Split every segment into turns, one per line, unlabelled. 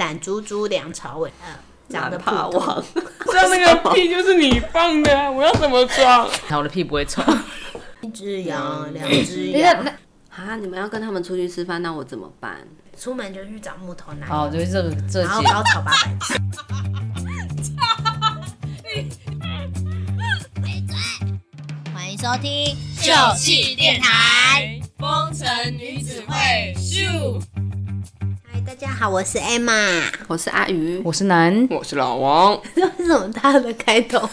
胆猪猪梁朝伟，呃，长得普
爬
通
王，
像那 个屁就是你放的啊，我要怎么装？好，我的屁不会臭。
一只羊，两只
等一下，
羊，
嗯那
啊，你们要跟他们出去吃饭，那我怎么办？
出门就去找木头男，
好，哦就是这个这
然后
集。
高潮八百次。
欢迎收听
秀气电台，风尘女子会咻。
嗨，大家好，我是 Emma。
我是阿鱼，
我是男， 我是老王，
这是什么大的开头？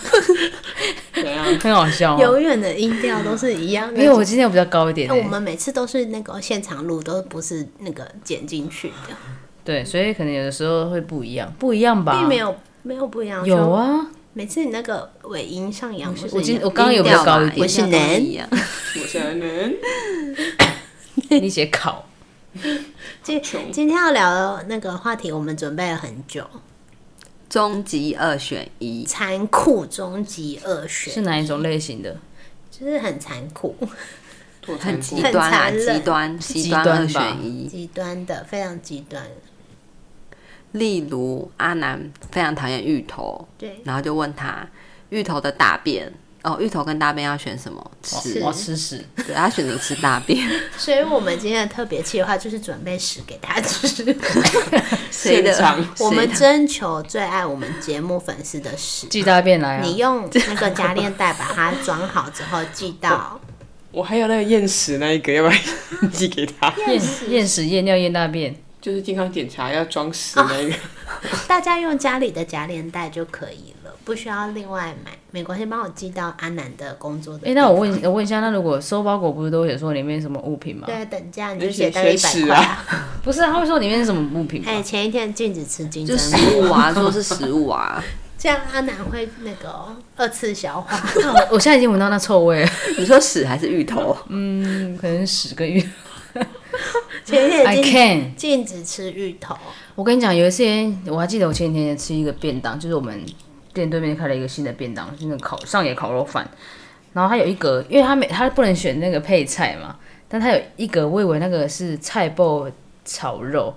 怎样？很好笑、哦。
永远的音调都是一样的。
因为我今天有比较高一点、
那
欸，
我们每次都是那个现场录，都不是那个剪进去的，
对，所以可能有的时候会不一样，不一样吧？
并没有没有不一样。
啊有，啊，
每次你那个尾音上扬，不是
我
一
今
样
我刚刚有比较高一点
我，是男
一样。
你写 考，
今今天要聊的那个话题，我们准备了很久，
终极二选一，
残酷终极二
是
选，
哪一种类型的？
就是很残酷、
很极
很
端啊，
残忍
极端，极端
极端
二
吧
选一。
极端的，非常极端。
例如阿南非常讨厌芋头，
对，
然后就问他芋头的大便。哦，芋头跟大便要选什么吃
我？要吃屎，
对，他选择吃大便，
所以我们今天的特别计划就是准备屎给他 吃。
啊
谁的
现场？
我
谁
们
的
征求最爱我们节目粉丝的 屎，
寄大便来啊！
你用那个夹链袋把它装好之后寄到。
我还有那个厌食那一个，要不然寄给 他？
验验屎、验尿、验大便，
就是健康检查要装死那 一个。
大家用家里的夹链袋就可以了，不需要另外买，没关系，帮我寄到安南的工作的
哎、
地方。
那我问我问一下，那如果收包裹不是都会写说里面什么物品吗？
对，等价你
那
就
些
写大概一
学
百
士
块
啊
啊。
不是、啊，他会说里面是什么物品吗？
哎、前一天禁止吃金针
就食
菇，
物啊，说是食物 啊。
这样阿南会那个哦二次消化。
我我现在已经闻到那臭味了，
你说屎还是芋头？
嗯，可能屎跟芋。
前一
I
哎天禁
can。
禁止吃芋头，
我跟你讲，有一次我还记得我前几天也吃一个便当，就是我们店对面开了一个新的便当，就是那个烤上野烤肉饭。然后它有一格，因为它没它不能选那个配菜嘛，但它有一格，我以为那个是菜爆炒肉，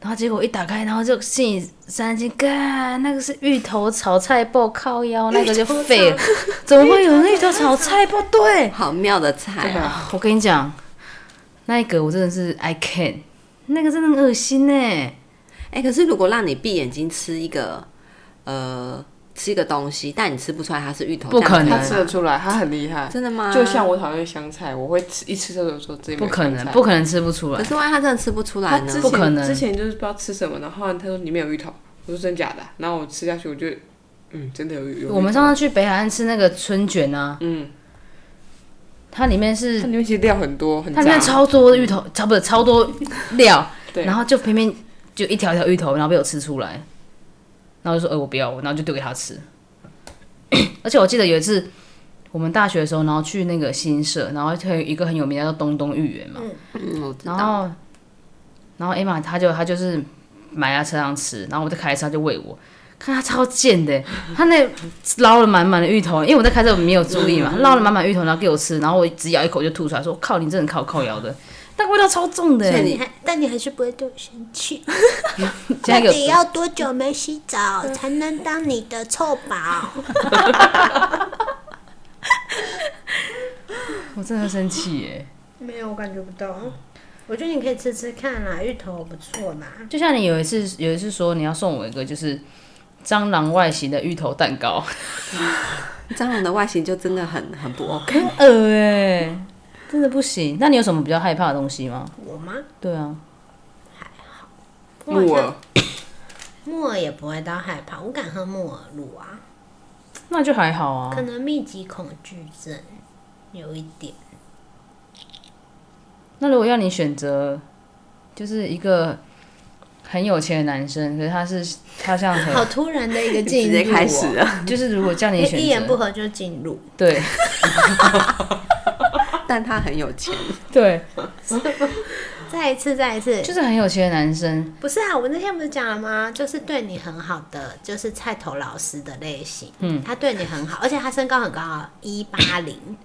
然后结果一打开，然后就心里三惊，干那个是芋头炒菜爆靠腰，那个就废了，怎么会有人芋头炒菜爆？对，
好妙的菜啊！
我跟你讲，那一格我真的是 I can，那个真的很恶心呢、欸
哎、可是如果让你闭眼睛吃一个，呃，吃一个东西，但你吃不出来它是芋头，这
不
样
可能
他吃得出来，他很厉害。
真的
啊
吗？
就像，我讨厌香菜，我会吃一吃就说这里没
不
有
可能
香，菜
不可能吃不出来
可。是万一他真的吃不出来
他
呢
之？
不可能
前之前就是不知道吃什么，然后他说里面有芋头，我说真假的，然后我吃下去我就，嗯，真的有有芋头。
我们上次去北海岸吃那个春卷啊，
嗯，
它里面
它
是
里面其实料很多，很
它里面
杂，
超多的芋头，差不多超 多料，
对
然后就偏偏就一条一条芋头，然后被我吃出来，然后就说：“呃，我不要。”然后就丢给他吃。 而且我记得有一次我们大学的时候，然后去那个新社，然后它有一个很有名的叫东东芋圆嘛，
嗯，我知
然
道。
后，然后 Emma 她就她就是买在车上吃，然后我在开车她就喂我，看她超贱的，她那捞了满满的芋头，因为我在开车我没有注意嘛，她捞了满满芋头然后给我吃，然后我只咬一口就吐出来，说靠你真的靠靠咬的，那个味道超重的，
所以
你
现
还但你还是不会对我生气。
在
到
给我
底要多久没洗澡才能当你的臭宝？
我真的生气耶，
没有，我感觉不到。我觉得你可以吃吃看啦，芋头不错啦。
就像你有一次有一次说你要送我一个就是蟑螂外形的芋头蛋糕，
蟑螂的外形就真的很很不 OK。
很恶哎， 真的不行。那你有什么比较害怕的东西吗？
我吗？
对啊，
木耳
木耳也不会到害怕，我敢喝木耳露啊，
那就还好啊
哦
可。能密集恐惧症有一点。
那如果要你选择，就是一个很有钱的男生，可是他是他像
好
很，
突然的一个进
直
入、哦
接开始，了，
就是如果叫你选
一言不
择，
合就进入，
对
但他很有钱，
对，
再一次，再一次，
就是很有钱的男生，
不是啊，我那天不是讲了吗？就是对你很好的，就是菜头老师的类型，嗯，他对你啊很好，而且他身高很高，一八零，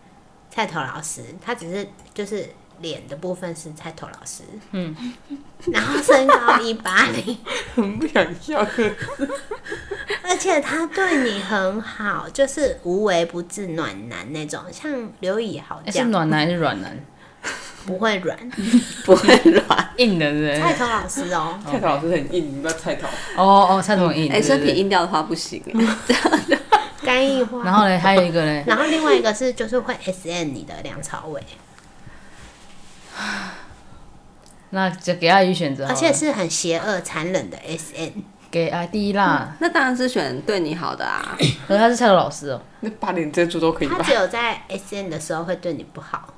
菜头老师，他只是就是脸的部分是菜头老师，嗯， 然后身高一八零，
很不想笑。
而且他对你很好，就是无微不至暖男那种，像刘以豪
哎
这
是
样
暖男还嗯是软男？
不会软。
不会软。
硬的是不是
菜头老师哦，
菜头老师很硬，你不要菜头。
哦哦，菜头很硬，
哎，
是
身
不
体
是。
硬掉的话不行哎。
干硬化。
然后嘞，还有一个嘞，
然后另外一个是就是会 S N 你的梁朝伟，
那就给阿姨选择
而
好
啊
了，
且是很邪恶残忍的 S N。
给啊阿弟啦。
那当然是选对你好的啊。
可是他是菜头老师哦，
那八点珍珠都可以
他
吧
只？有在 S N 的时候会对你不好，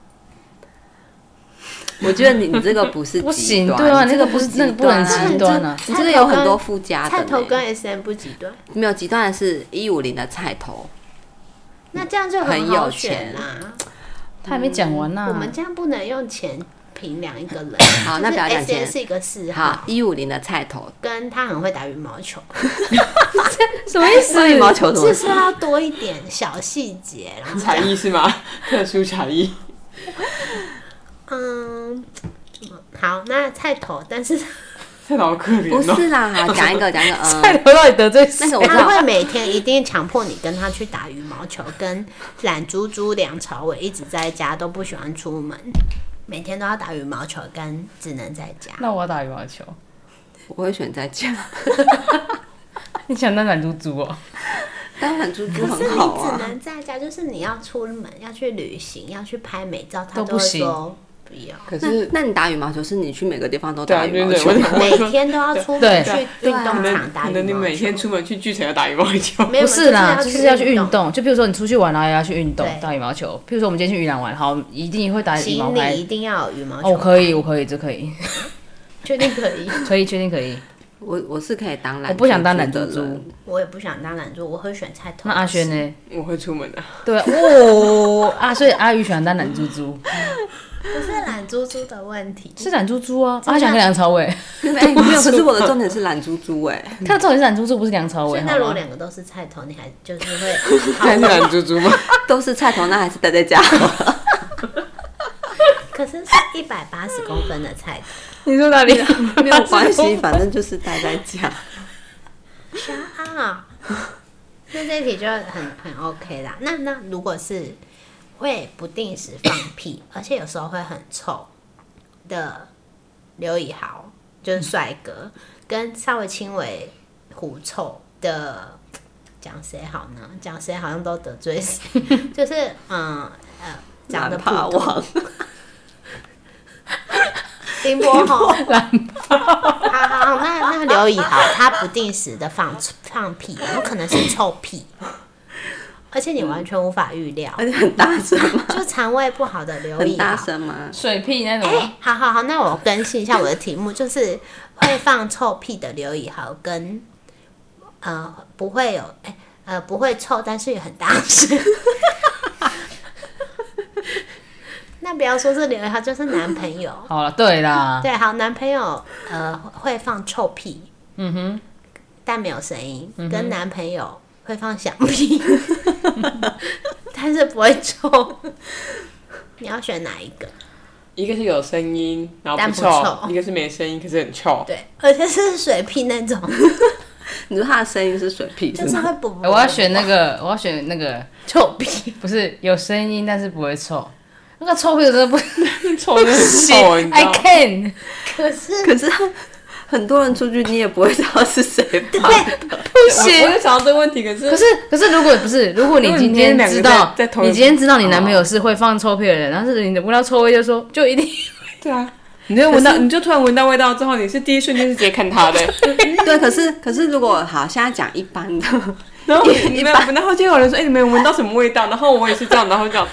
我觉得你你这个不是
不行
嗯极端
对啊
你
那
这
个
个
不是
极
那个不能
端啊
极端啊
你这个有很多附加的
菜
呢。
头跟 S N 不极端，
没有极端的是一五零的菜头，
那这样就
很
好
有
选
钱嗯
啦。
他还没讲完呢。
我 们这样不能用钱评量一个人，
好那不要讲
S
钱
N 是一个嗜
好
好，，
一五零的菜头，
跟他很会打羽毛 球，
什么意思？
羽毛球怎么
就？是要多一点小细节，然后
才艺是吗？ 特殊才艺。
嗯，怎么好，那菜头，但是
菜头好可怜
不
哦。
是啦，讲一个讲一个，
菜
嗯，
头到底得罪谁
那？个我知
他
道，
会每天一定强迫你跟他去打羽毛球，跟懒猪猪梁朝伟一直在家都不喜欢出门，每天都要打羽毛球，跟只能在家。
那我要打羽毛球。
我会选在家，
你想当懒猪猪哦？
当然猪猪
可是
很
你
好
只
啊。
能在家，就是你要出门，要去旅行，要去拍美照，他都
都不
会
行
说不要。
可
那
是
那你打羽毛球是你去每个地方都
对
打
啊，
羽
对
毛
对，
球
我，想
每
说，
天都要出门
对
去运动
可
场
能
打
可
羽毛球。
能你每天出门去剧场要打羽毛球，
没有
不是啦，
就
就是是要去运
动。
动。就比如说你出去玩啊，也要去运动
对，
打羽毛球。譬如说我们今天去云南玩，好，一定会打羽毛
行李
拍
一。定要有羽毛球。
哦，我可以，我可以，这可以，
确定可以。
可以，确定可以。
我我是可以当懒，
我不想当懒猪猪。
我也不想当懒猪，我会选菜头。
那阿轩？呢？
我会出门 的。
对啊哦，啊，所以阿宇喜欢当懒猪猪，
不是懒猪猪的问题，
是懒猪猪啊。啊他想跟梁朝伟，
哎，没有，可是我的重点是懒猪猪，哎，
他的重点是懒猪猪，不是梁朝伟，
那
好
如果
吗？
两个都是菜头，你还就是 会
还是懒猪猪吗？
都是菜头，那还是待在家。
可是是一百八十公分的菜头。
你说哪里？啊
没 有关系，反正就是待在家。
啊，那这题就很很 OK 啦。那那如果是会不定时放屁，而且有时候会很臭的刘以豪，就是帅哥，跟稍微轻微狐臭的。讲谁好呢？讲谁好像都得罪谁， 就是嗯呃，讲的
懒趴王，
林柏宏，好好，那那刘以豪他不定时的放放屁，有可能是臭 屁，而且你完全无法预料，
而且很大声嘛，
就肠胃不好的刘
嗯很
以
大
豪。
声嘛。
水屁那
哎、
种啊吗。
好好好，那我更新一下我的题目，就是会放臭屁的刘以豪跟呃不会有哎、呃不会臭，但是也很大 声。那不要说是刘以豪，就是男朋友。
好了，对啦，
对，好，男朋友呃会放臭屁，
嗯哼，
但没有声音，跟男朋友会放响屁，但是不会臭。你要选哪一个？
一个是有声音，然后
但
不
不
臭；
臭
一个是没声音，可是很臭。
对，而且是水屁那种，
你说他的声音是水屁是
就是
吗？
会补。
哎我要选那个，我要选那个，
臭屁，
不是有声音，但是不会臭。那个臭屁我真的不
臭真的很臭，你
行
知
，I
道吗？
can。
可是
可是很多人出去，你也不会知道是谁放的。
我
行
我就想到这个问题，可
可
是
是可是，如果不是，如果你
如果你
今
今天
天
两个哦
知道，
在在同一
你今天知道你男朋友是会放臭屁的人，但是你闻到臭味就说就一定
对啊， 你就闻到，你就突然闻到味道之后，你是第一瞬间是直接看他的，
对，可是可是如果好，现在讲一般的，
然 后你你们，然后就有人说，哎，你们有闻到什么味道？然后我也是这样，然后这样，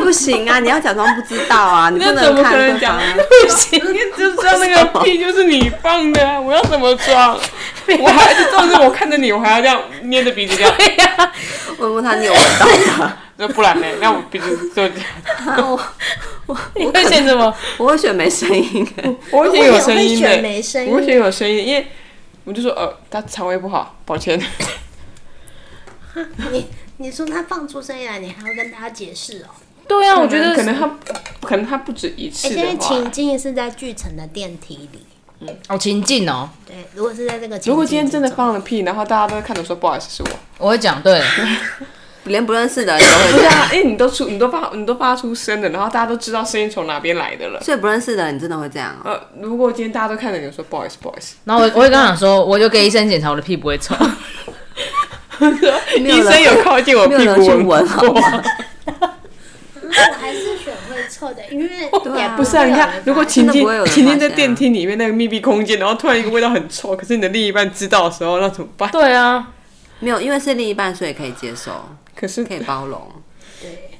不行啊，你要假装不知道啊，你不
那怎
能
么可
看
能
对
讲
方啊。？
不行，你就知道那个屁就是你放的啊，我要怎么 装？我还是重视我看着你，我还要这样捏着鼻子这样，
问问他你有闻到吗？
那不然呢？那我鼻子就
啊 我我我
会
可
选
能
什么？
我会选没声音欸，
我会
我
选
也
有声
会
音
选
的，
没声
我会选
音。
有声音的，因为我就说呃，他肠胃不好，抱 歉。
啊你你说他放出声音来，你还要跟大家解释哦？
对啊，我觉得
可能他可能他不止一次
而
的
且情
话。
境是在巨城的电梯里。
好亲近哦，
对，如果是在这个情境，
如果今天真的，放了屁，然后大家都看着说不好意思是我，
我会讲 对，
连不认识的人都会
不是啊，哎、你都出你都发你都发出声了，然后大家都知道声音从哪边来的了。
所以不认识的人真的会这样、哦。
呃，如果今天大家都看着你说不好意思不好意思，
然后我我会跟他讲说，我就给医生检查我的屁不会臭，
没有
医
人
生有靠近我
没有
屁
人
股
去
过
闻好吗？
我还是选会臭的，因为
对啊
也
不是啊，
会
你
有
看
人，
如果
发
真
情
的
境
不会有人
情
发
境在
现啊
电梯里面那个密闭空间，然后突然一个味道很臭，可是你的另一半知道的时候，那怎么办？
对啊，
没有，因为是另一半，所以可以接受，
可是
可以包容。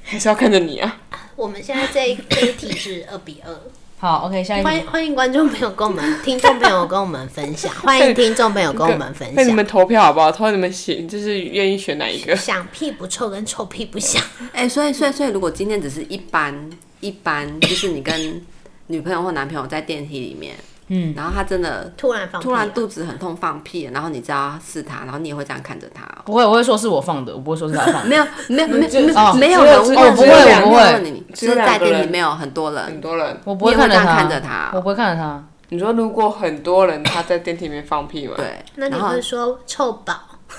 还是要看着你啊。
我们现在这一这一题是二比二。
好，OK，下一
欢
题
迎，欢迎观众朋友跟我们、听众朋友跟我们分 享，欢迎听众朋友跟我们分
那你们
享。
投票好不好？投你们选，就是愿意选哪一个？
想屁不臭跟臭屁不 响，
哎、所以所以所以，如果今天只是一般一般，就是你跟女朋友或男朋友在电梯里面，嗯，然后他真的
突然放屁
突然肚子很痛放屁了，然后你知道是他，然后你也会这样看着他、哦。
不会，我会说是我放的，我不会说是他放 的，
没有没有没有
只
没
哦
有没有
只有
人问你，
只有我不会
没有人
我不会
问你，
只
就是
有
在
两个
店里
人
没有很多人
很，多人，
我不会
你也
看
会
着
这样
他，
看着他哦
我不会看着他，
你说如果很多人他在电梯里面放屁嘛？，
对，
嗯那你
然后
会说臭宝？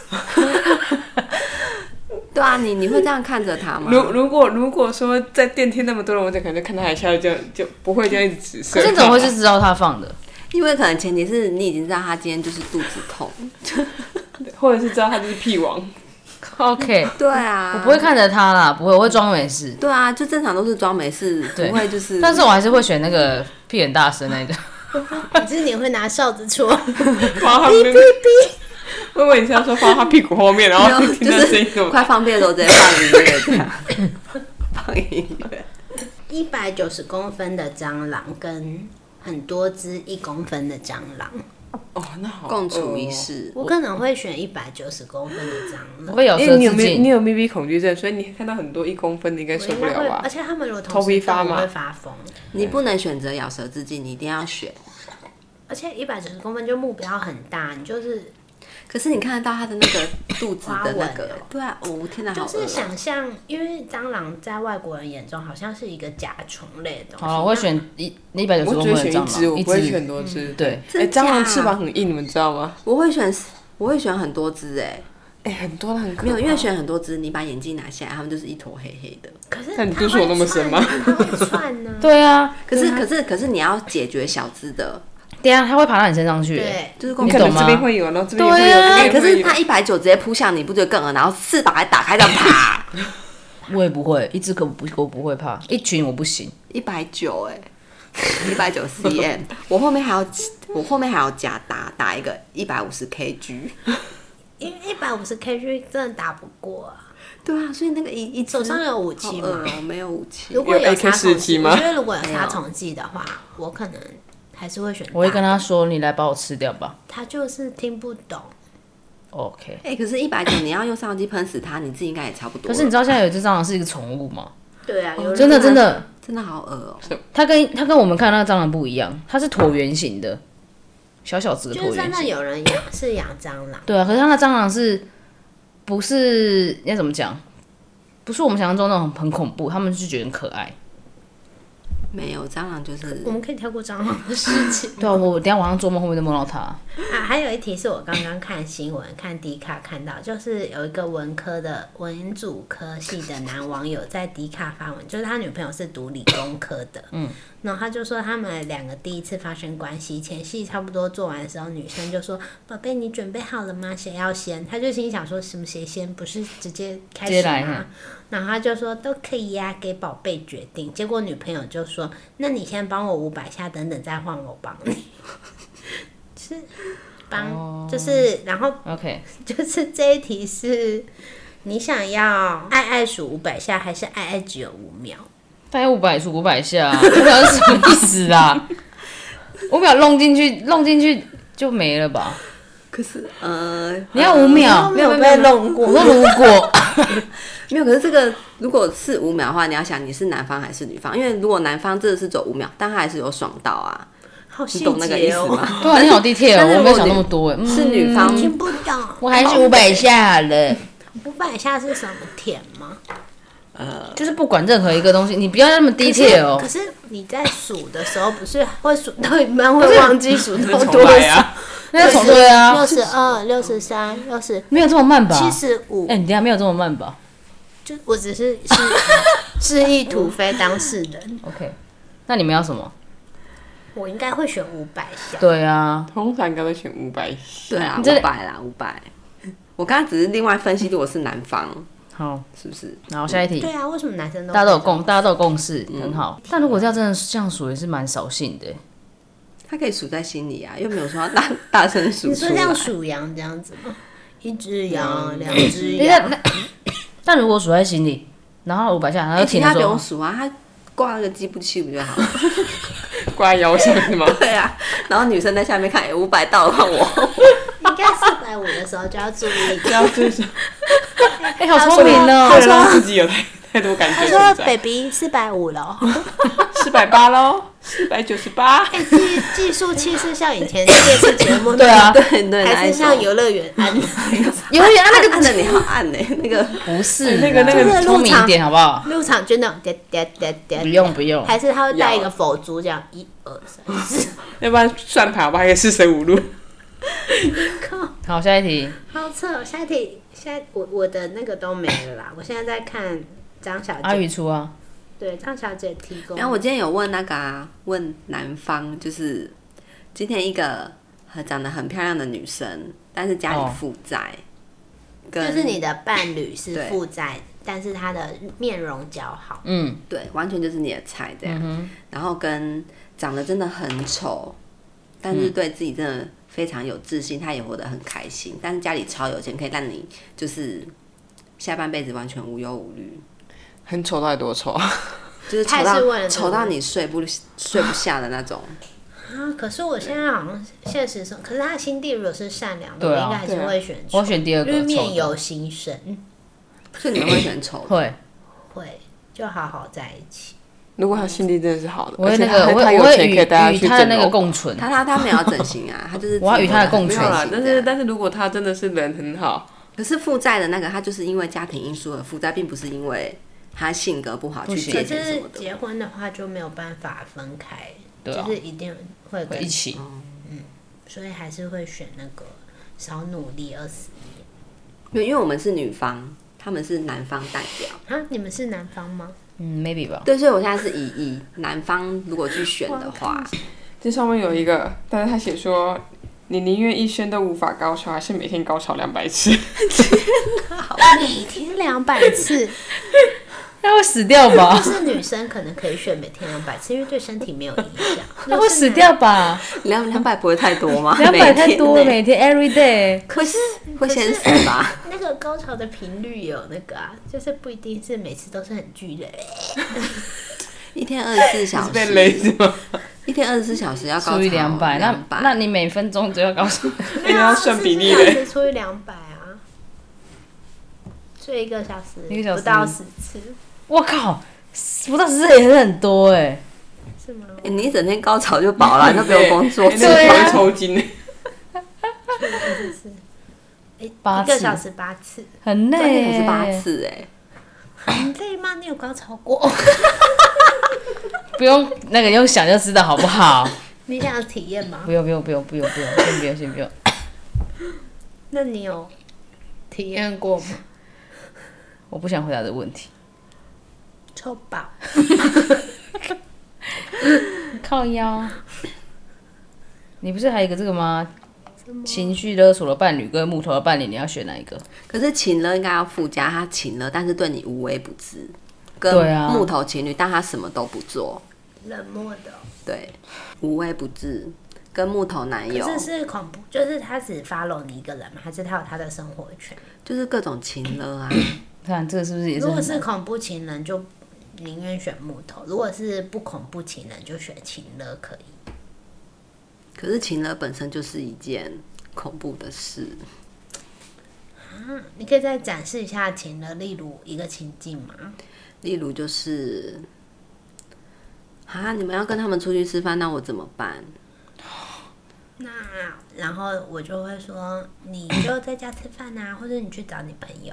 对啊，你你会这样看着他吗？
如如果如果说在电梯那么多人，我可能就看他一下就就不会这样一直指射。
可是你怎么会是知道他放的？
因为可能前提是你已经知道他今天就是肚子痛，
或者是知道他就是 屁王？
OK，
对啊，
我不会，看着他啦，不会，我会装没事。
对啊，就正常都是装没事，
对
不会就是，
但是我还是会选那个屁很大声那个，
可是你会拿哨子戳？
放他哔哔我以为你是要说放他屁股后面，然
没
后
有
听
就
到声音哦怎
是
么？
快放屁的时候直接放音乐 这样，放音乐，
一百九十公分的蟑螂跟很多只一公分的蟑螂，
哦，那好
共处一
饿哦
室。
我可能会选一百九十公分的蟑
我
螂。
会咬
因
舌
为你有
自
咪你
尽。
有咪咪恐惧症，所以你看到很多一公分的应该
我
受
应
不
该会
了，吧
而？且他们如果
头
同
皮
时
发
动，
麻
我会发疯。
你不能选择咬舌自尽，你一定要选。
而且一百九十公分就目标很大，你就是
可是你看得到他的那个肚子的那个
花纹哦，
对啊，哦天哪，好
就是
饿哦
想象，因为蟑螂在外国人眼中好像是一个甲虫类的东西。
好了，我会选一一百九十
我
公
只
分
会
的
选一
蟑
只，
螂，
我
一
不会选很
只。
多只。
对，。
哎，
真假
蟑螂翅膀很硬，你们知道吗？
我会选，我会选很多只哎，
哎，很多很可
没有，因
怕
为选很多只，你把眼镜拿下来，它们就是一坨黑黑的。
可是
那你
它
肚子有那么
会窜
深吗
啊它会窜呢
对啊，
可是可是可是你要解决小只的，
等一下他会爬到你身上去。欸
对，
就是共
你
你
可
懂
能
吗
这边会有，然后这边也会有，
对啊
这
哎，
边
可
也
是
会有
它一百九直接扑向你，不觉得更恶？然后翅膀还打开这样啪，
我也不会，一只可不我不会怕，一群我不行。
一百九哎，一百九 cm，我后面还要我后面还要加打打一个一百五十 kg。
因为一百五十 kg 真的打不过啊。
对啊，所以那个一一只
手上有武器
好
吗
饿哦，没有武器。
如果
有 AK
杀虫剂，
47
我
吗
觉得如果有杀虫剂的话，我可能还是会选大的。
我会跟他说：“你来把我吃掉吧。
他就是听不懂，
”OK。
哎、可是，一百九你要用杀虫剂喷死它，你自己应该也差不多了。
可是你知道现在有一只蟑螂是一个宠物吗？
对啊，
真的真的，
真的好恶哦、
它跟它跟我们看的那个蟑螂不一样，它是椭圆形的，小小只的
就
椭
是真
圆
的
形。
有人养是养蟑螂，
对啊，可是它那蟑螂是不是要怎么讲？不是我们想象中那种很恐怖，他们是觉得很可爱。
没有蟑螂就是
我们可以跳过蟑螂的事情
对啊，我等一下晚上做梦会不会都梦到它？
啊。还有一题是我刚刚看新闻，看迪卡看到，就是有一个文科的文组科系的男网友在迪卡发文，就是他女朋友是读理工科的，嗯，然后他就说他们两个第一次发生关系，前戏差不多做完的时候，女生就说：“宝贝，你准备好了吗？谁要先？”他就心想说什么谁先，不是直接开
直
始
接来
吗
哈？
然后他就说都可以呀、给宝贝决定。结果女朋友就说：“那你先帮我五百下，等等再换我帮你。”是帮
哦
就是，然后
OK，
就是这一题是你想要爱爱数五百下，还是爱爱只有五秒？
大概五百数五百下，啊五秒是什么意 思啊？五秒弄进去，弄进去就没了吧？
可是呃
你要五秒，
嗯
没有被弄
我
过。
说如 果
没有，可是这个如果是五秒的话，你要想你是男方还是女方，因为如果男方真的是走五秒，但他还是有爽到啊，
好细
你懂那个意
节
思
哦，
吗？
对啊，你好地铁哦，
但是
我
如果
没有想
你
那么多哎。
是
嗯，
女 方，
听不懂。
我还是五百下了。
五百下是什么舔吗？
呃，
就是不管任何一个东西，你不要那么
可
detail
可
哦。
是你在数的时候，不是会数到一半会忘记数到
重
多
来
少？
啊！
那要重对啊
六，十二、六十三、六十
没有这么慢吧？
七十五
哎、，你等一下没有这么慢吧
就我只是是示意土非当事人，
？OK，那你们要什么？
我应该会选五百项。
对啊，
通常应该都选五百项，
对啊，
嗯
你这
五百啦，五百。我刚刚只是另外分析，如果是男方，
好，
是不是？
然后下一题，
对啊，为什么男生都
大家都有共，大家都有共识，很好。但如果要真的这样数，也是蛮扫兴的。
他可以数在心里啊，又没有说要大大声数
你
出
说
来。
像数羊这样子吗？ 嗯一只羊，两 只
因为
羊，
那 但如果数在心里，然后五百下，然后
哎
又
其
停
他
了
不
说
用，数啊，他挂那个计步器不就好了？
挂在腰上是吗？
对啊，然后女生在下面看，哎，五百到了，换我。
应该四百五的时候就要注意。
要就是
哎、好聪明
为
哦
了！让自己有太太多感觉
他
存
说
在。
：“baby 四百五了，
四百八喽，四百九十八，
技哎技术器是像以前电视节 目
对啊，
对对，
还是像游乐园按的
永远按
那
那
个按的你好按呢、欸那个
不
哎
是
那个
啦
那个
就是入
聪明一
场
点好不好？
入场就那种 点点点点，
不用不用，
还是他会带一个佛珠这样一二三四，
要不然算盘我还可以四舍五入。
好，下一题。
好扯。下一题，现在我我的那个都没了啦，我现在在看张小
阿
姐，
鱼出啊，
对张小姐提供。
然后我今天有问那个啊，问男方，就是今天一个很长得很漂亮的女生，但是家里
哦
负债，跟
就是你的伴侣是
对
负债，但是他的面容姣好，
嗯，
对，完全就是你的菜这样。然后跟长得真的很丑，但是对自己真的非常有自信，他也活得很开心，但是家里超有钱，可以让你就是下半辈子完全无忧无虑。
很丑到底多丑？
就是
他
丑
也是为了这
到丑
个
到你睡不睡不下的那种，
啊，可是我现在好像现实中，可是他的心地如果是善良的，
对啊
我应该还是会选
我
出，
选第二
因
个。
为
丑
面
的
有心生，
所以你们会选丑的。
会，
会就好好在一起。
如果他心地真的是好的，
我
而
会
且
那
他
个，我
他
会我
有
会
钱
与
可以带他
与
去
他的那个
整容。
共存。
他他他没有整形啊，他就是
我要与他的共
没
没
有
有
存
啦
啦，，
但是但是如果他真的是人很好，
可是负债的那个，他就是因为家庭因素而负债，并不是因为他性格不好
不
去
行
借
可
钱什
是
么的。
结婚的话就没有办法分开，
对啊
就是一定会
会
跟
一，起，
所以还是会选那个少努力二十
因为因为我们是女方，他们是男方代表，
啊。你们是男方吗？
嗯，maybe 吧。
对，所以我现在是以以男方如果去选的话，
这上面有一个，但是他写说。你宁愿一生都无法高潮，还是每天高潮两百次？
每天两百次，
那会死掉吧
就？是女生可能可以选每天两百次，因为对身体没有影响。
那会死掉吧？
两两百不会太多吗？
两百
每天
太多了，
呢
每天 every day。
会会先死吧？
那个高潮的频率有那个啊，就是不一定是每次都是很剧烈。
一天二 十四小
被勒
时，
是吗？
一天二十四小时要高潮
除以两百，那
200
那你每分钟只要告诉
你要算比例
啊四十小
嘞。
时除以两百啊，睡一个小时，
一个小时
不到十次，
我靠，不到十也是很多哎、
是吗？
欸你一整天高潮就饱了，你都不用工作
欸，那
对
个
啊
会抽筋欸。
哎、
八
一个
次
小时八次，
很
一
累、
天
欸。
是八，次哎、
很累吗？你有高潮过？
不用那个用想就知道好不好？
你想要体验吗
不？用不用不用不用不用，先不用先不用。
那你有体验过吗？
我不想回答这个问题。
臭宝，
靠腰，你不是还有一个这个吗？情绪勒索的伴侣跟木头的伴侣，你要选哪一个？
可是请了应该要附加，他请了，但是对你无微不至，跟
对啊
木头情侣，但他什么都不做，
冷漠的哦、
对，无微不至，跟木头男友
可是是恐怖，就是他只 follow 你一个人吗？还是他有他的生活圈？
就是各种请了 啊，
看这个是不是也是
如果
很难？
是恐怖情人，就宁愿选木头；如果是不恐怖情人，就选情乐可以。
可是请了本身就是一件恐怖的事，
嗯，你可以再展示一下情乐，例如一个情境吗？
例如就是。啊！你们要跟他们出去吃饭，那我怎么办？
那然后我就会说，你就在家吃饭啊，或者你去找你朋友。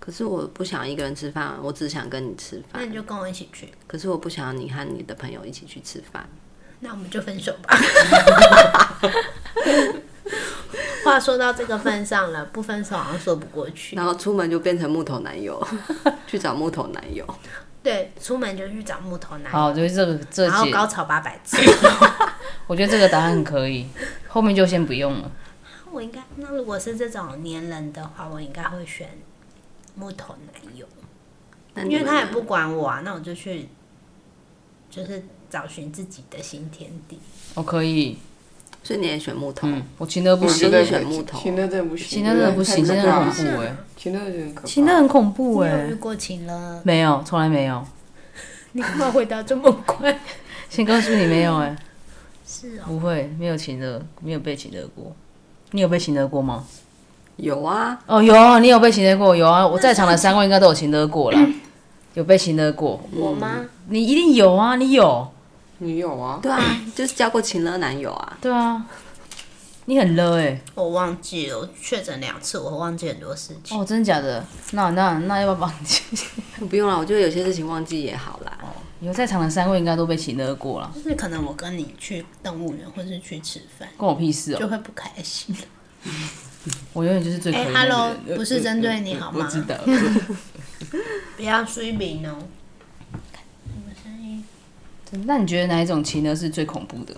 可是我不想一个人吃饭，我只想跟你吃
那
饭。
你就跟我一起去，
可是我不想你和你的朋友一起去吃饭。
那我们就分手吧。 话说到这个份上了，不分手好像说不过去。
然后出门就变成木头 男友，去找木头男友。
对，出门就去找木头男，
好，就是这个这
然后
节，
高潮八百次。
我觉得这个答案可以，后面就先不用了。
我应该，那如果是这种粘人的话，我应该会选木头男友，
那你
因为
们
他也
呢
不管我啊，那我就去，就是找寻自己的新天地。
我可以，
所以你也选木头。
嗯，我情乐不
我
行
觉
现，
得
在
选木头
现在真的不行，
情乐真的不行，
太
真
可
的
怕了
很恐怖哎、
情乐啊真的很可怕。
情乐很恐怖
你
哎、
有遇过情了？
没有，从来没有。
你干嘛回答这么 快？
先告诉你没有哎、
是哦，
不会，没有情乐，没有被情乐过。你有被情乐过吗？
有啊，
哦，有啊，你有被情乐过，有啊，我在场的三位应该都有情乐过 啦，有被情乐过，
我吗？
你一定有啊，你有，
你有啊？
对啊，就是交过情勒男友啊。
对啊，你很乐哎、
我忘记了，我确诊两次，我忘记很多事情。
哦，真的假的？那那那要不要帮你？
不用了，我觉得有些事情忘记也好啦。
有在场的三位应该都被情乐过了，
就是可能我跟你去动物园，或是去吃饭，
关我屁事哦、
就会不开 心。
我永远就是最可
哎、
怜的
h e l l o。
人
不是针对你好
我
吗？
知道，
不要睡饼哦。看你们声音，
那你觉得哪一种情乐是最恐怖的？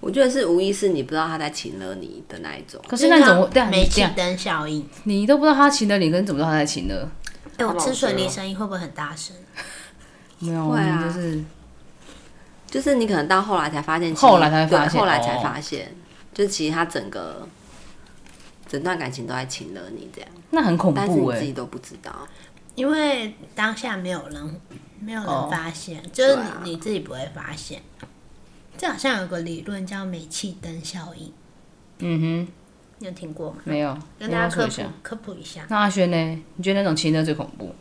我觉得是无意识，你不知道他在情勒你的那一种。
可是那种我，
就是
对啊，
它煤
你这
气
样，
灯效应。
你都不知道他情乐你，跟怎么知道他在情乐？
哎、我
老
吃水
师
梨
哦
声音会不会很大声？
没有，
会啊
我们就是
就是你可能到后来才发现，
后来才发现
对后来才
哦
发现，就其实他整个整段感情都在情勒你这样，
那很恐
但是
怖
你
哎、
自己都不知道。
因为当下没有人，没有
哦
人发现，就是
对啊
你你自己不会发现。这好像有个理论叫煤气灯效应，
嗯哼，
你有听过吗？
没有，
跟
你
大
要
家
说
科普
一下。
科普一下。
那阿轩呢？你觉得那种情乐最恐怖？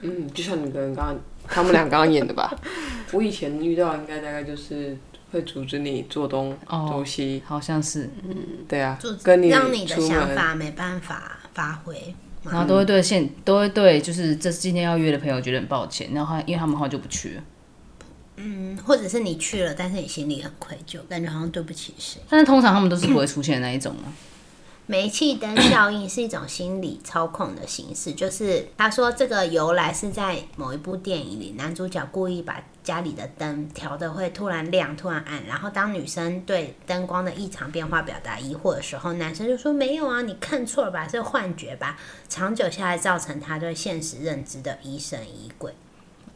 嗯，就像你们刚刚他们俩刚刚演的吧。 我以前遇到应该大概就是会阻止你做东
哦
做西，
好像是，
嗯
对
嗯
啊
就，
跟
让你的
出
想
门。
法没办法发挥，
然后都会对现，都会对，就是这是今天要约的朋友觉得很抱歉，然后他因为他们后来就不去了。
嗯，或者是你去了，但是你心里很愧疚，感觉好像对不起谁。
但是通常他们都是不会出现的那一种啊。
煤气灯效应是一种心理操控的形式，就是他说这个由来是在某一部电影里，男主角故意把家里的灯调的会突然亮、突然暗，然后当女生对灯光的异常变化表达疑惑的时候，男生就说没有啊，你看错了吧，是幻觉吧。长久下来，造成他对现实认知的疑神疑鬼，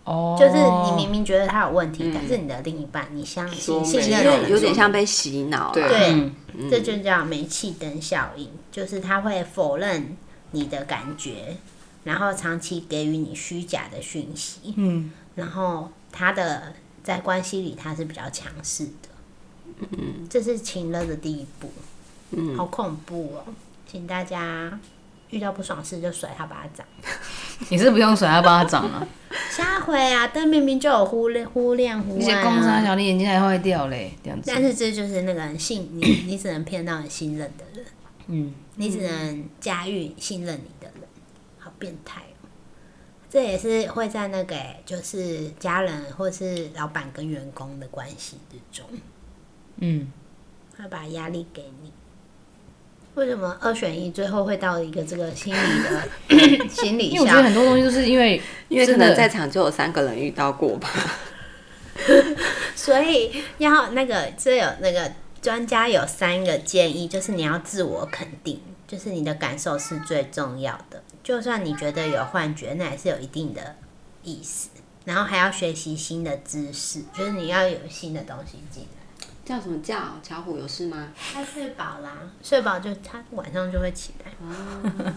哦，
就是你明明觉得他有问题，但是你的另一半你相信
嗯说
信
没
因
任了
有
为有点像被洗脑
对
了。
对，
嗯
这就叫煤气灯效应，就是它会否认你的感觉，然后长期给予你虚假的讯息，
嗯，
然后它的在关系里它是比较强势的，嗯，这是情乐的第一步，嗯，好恐怖哦，请大家遇到不爽事就甩他巴掌。
你是不用甩他巴掌 啊，
下回啊，灯明明就有忽略忽亮忽
而且
暗、
公山
啊，
小丽眼睛还坏掉嘞，这样子
但。是这就是那个人信 你，你只能骗到你信任的人。
嗯，
你只能驾驭信任你的人，好变态哦！这也是会在那个、欸就是家人或是老板跟员工的关系之中，
嗯，
会把压力给你。为什么二选一最后会到一个这个心理 的心理
因为我觉得
上？
很多东西都是因为
因为可
真的
能在场就有三个人遇到过吧，
所以要那个这有那个专家有三个建议，就是你要自我肯定，就是你的感受是最重要的。就算你觉得有幻觉，那也是有一定的意思。然后还要学习新的知识，就是你要有新的东西进来。
叫什么叫巧虎有事吗？
他睡饱啦，哦睡饱就他晚上就会起来。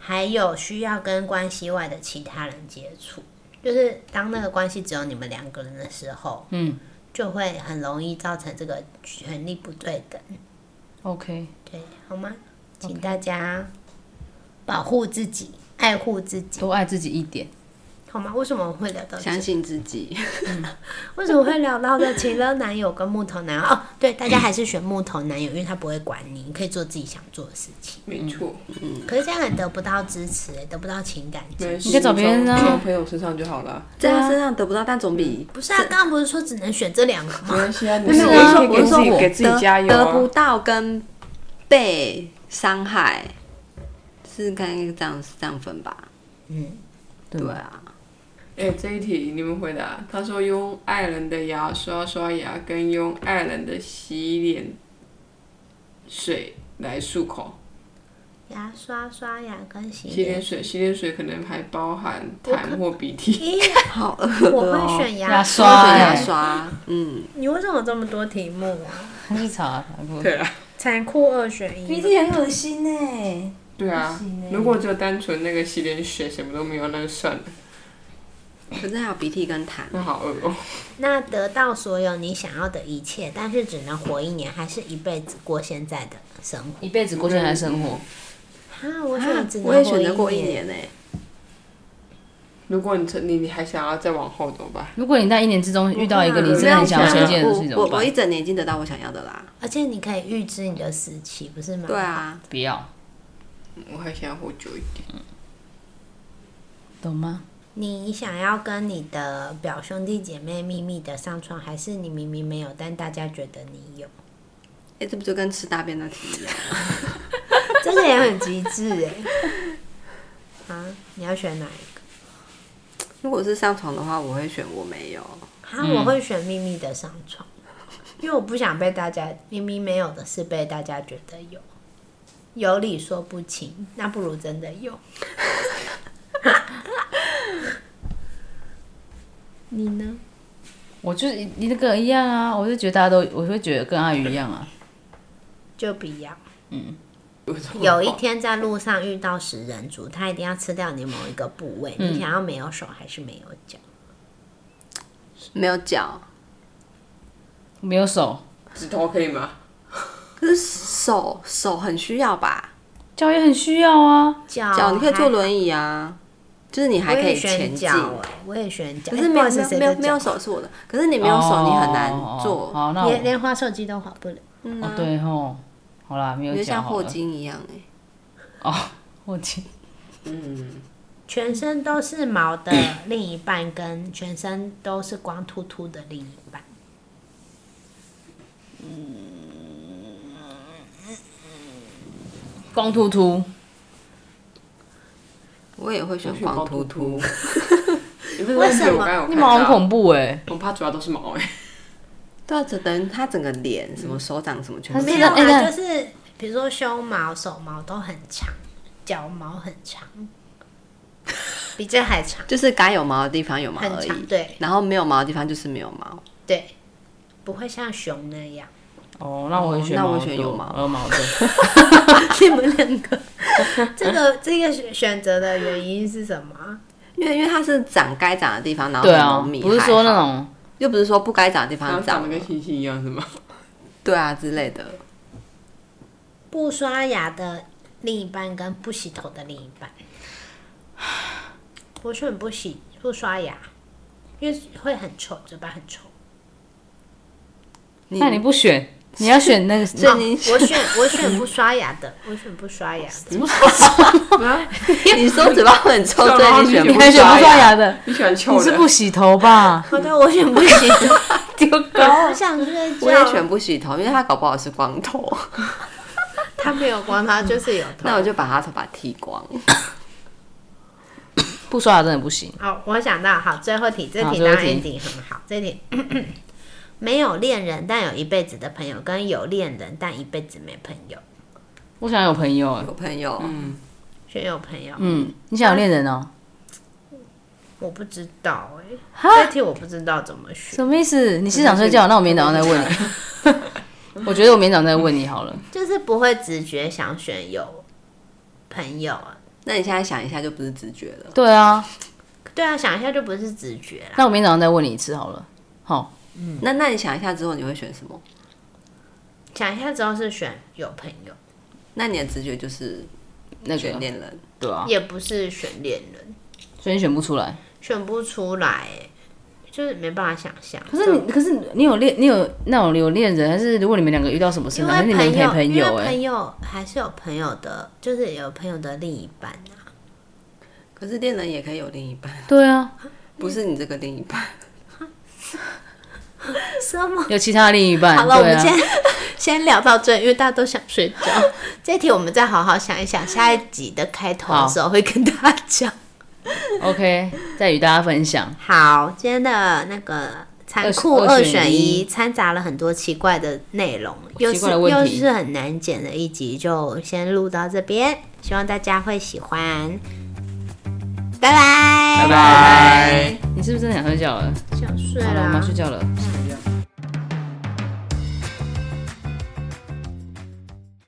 还有需要跟关系外的其他人接触，就是当那个关系只有你们两个人的时候，
嗯
就会很容易造成这个权力不对等，
OK，
对，好吗？请大家保护自己，爱护自己，
多爱自己一点。
好吗？为什么我会聊到这
相信自己，
为什么会聊到的情乐男友跟木头男友？哦，对，大家还是选木头男友，因为他不会管你，你可以做自己想做的事情。
没错，
嗯
可是这样也得不到支持，也得不到情感支持。
没事，
你可以找别人啊
从从朋友身上就好了。
在
啊
他身上得不到，但总
嗯
比
不是啊，刚刚不是说只能选这两个
没
吗？
关系啊，你
没
是
有，
啊
我是
可
说，
以
我
给
是说我
自己给自己
得
加油
得
啊！
不到跟被伤害是该这样这样分吧？
嗯对
对啊，
哎、这一题你们回答。他说用爱人的牙刷刷牙，跟用爱人的洗脸水来漱口。
牙刷、刷牙跟洗
洗脸
脸。
水，洗脸水可能还包含
我
痰或鼻涕。
咦，
好恶
我
哦、
会选牙
牙刷
选
哎
牙刷，嗯，
你为什么这么多题目啊？
他去查哪部？
对啊，
残酷二选一。
涕很恶心哎。
对啊。如果就单纯那个洗脸水什么都没有，那就算了，
可是还有鼻涕跟痰，
那好恶哦、
那得到所有你想要的一切，但是只能活一年，还是一辈子过现在的生活？
一辈子过现在的生活，
啊，我选只能
我也选择过
活
一
一。
年呢、欸
如果你你你还想要再往后怎么办？
如果你在一年之中遇到一个你
没
真的
有
很想要前进的事情，
我
怎
我
么
我一
办？
整年已经得到我想要的啦。
而且你可以预知你的死期，不是吗？
嗯
对。啊，
不要，
我还想要活久一点。
懂吗？
你想要跟你的表兄弟姐妹秘密的上床，还是你明明没有，但大家觉得你 有？
哎、这不就跟吃大便那题一样？
这个也很极致哎。 啊，你要选哪一个？
如果是上床的话，我会选我没有。
啊，我会选秘密的上床，因为我不想被大家明明没有的事被大家觉得有，有理说不清，那不如真的 有。你呢？
我就是一那个一样啊，我就觉得大家都，我会觉得跟阿宇一样啊。
就不一样。
有这种
有一
话
天在路上遇到食人族，他一定要吃掉你某一个部位。
嗯
你想要没有手还是没有脚？
没有脚，
没有手，
指头可以吗？
可是手手很需要吧？
脚也很需要啊。
脚
脚你可以坐
还
轮椅啊，就是你还可
我也
以前
选
进
脚。哎，我也选脚。
可
哎
是
不
没有
好意
没
思
有
谁
没有
的
没
脚
有手是我的，可是你没有手你很难
哦
做，
好，那我
连连滑手机都滑不了。
嗯
哦
啊，
对吼，好啦，没
你
有
就
脚
像
好
霍
了。
金一样哎、
哦，霍金，
嗯，
全身都是毛的另一半跟全身都是光秃秃的另一 半，
光秃秃，
我也会选
我选
光
光
秃
秃
秃
秃。 为
什么
你毛很恐怖哎、
我怕主要都是毛哎、
对啊，只等于他整个脸、什么手掌、什么全部都
他是
没
是
有
哎
啊，
那
就是比如说胸毛、手毛都很长，脚毛很长，比这还长，
就是该有毛的地方有毛
很
而
长，
已，
对
然后没有毛的地方就是没有毛。
对，不会像熊那样。
哦，那我会选
那我
毛
选
的
有毛
鹅毛 的。
你们两个，这个 这个选选择的原因是什么？
因为因为它是长该长的地方，然后
对
很
啊
浓密，，
不是说
还
那
好，
种
又不是说不该长的地
然后
方
长
长
得跟
了，
星星一样是吗？
对啊之类的。
不刷牙的另一半跟不洗头的另一半， 我选不洗不刷牙，因为会很臭，嘴巴很臭。
你
那你不选，你要选 那个，
所以你
哦我选我选不刷牙的，我选不刷牙哦的。
你说嘴巴会很臭，所以你选
你
不
还选不
刷
刷
牙。
牙 的，
你喜欢
你
翘
是
的
不？洗头吧？
好的，我选不 洗头，
丢
我
高，
想睡觉。
我也选不洗头，因为他搞不好是光头，
他没有光，他就是有头
那。我就把他头发剃光。
不刷牙真的不行。
好，我想到，好，最后题，这
好
题
最
当
后
然
题
ending 很好，这题 没有恋人但有一辈子的朋友，跟有恋人但一辈子没朋友，
我想有朋友哎，
有朋友，
选有朋友，
嗯，你想有恋人哦？
我不知道哎、
哈，
这题我不知道怎么选，
什么意思？你是想睡觉？那我明天早上再问你。 我觉得我明天早上再问你好了。
就是不会直觉想选有朋友啊，
那你现在想一下，就不是直觉了。
对啊，
对啊，想一下就不是直觉啦，
那我明天早上再问你一次好了。好，
那那你想一下之后，你会选什么？
想一下之后是选有朋友，
那你的直觉就是
那
选
个
恋人，
对啊，
也不是选恋人，
所所以你选不出来。
选不出来，欸就是没办法想象。
可是你，可是你有恋，你有那种有恋人，还是如果你们两个遇到什么事，
因为
还是你们
朋
陪
友，
朋
因
友、
为
哎，
朋友还是有朋友的，就是有朋友的另一半啊。
可是恋人也可以有另一半，
对啊，
不是你这个另一半。
什么？
有其他另一半。
好了，我
对
们
啊
先先 聊到这，因为大家都想睡觉。这题我们再好好想一想，下一集的开头的时候会跟大家讲。
OK，再与大家分享。
好，今天的那个残酷
二
二
选
选
一
一掺杂了很多奇怪的内容，又
奇
是
怪的问
又
题
是很难剪的一集，就先录到这边，希望大家会喜欢。拜拜，
拜拜。你是不是真的想睡觉了？
想睡啊
好了，我们
啦
要。睡觉了。先这样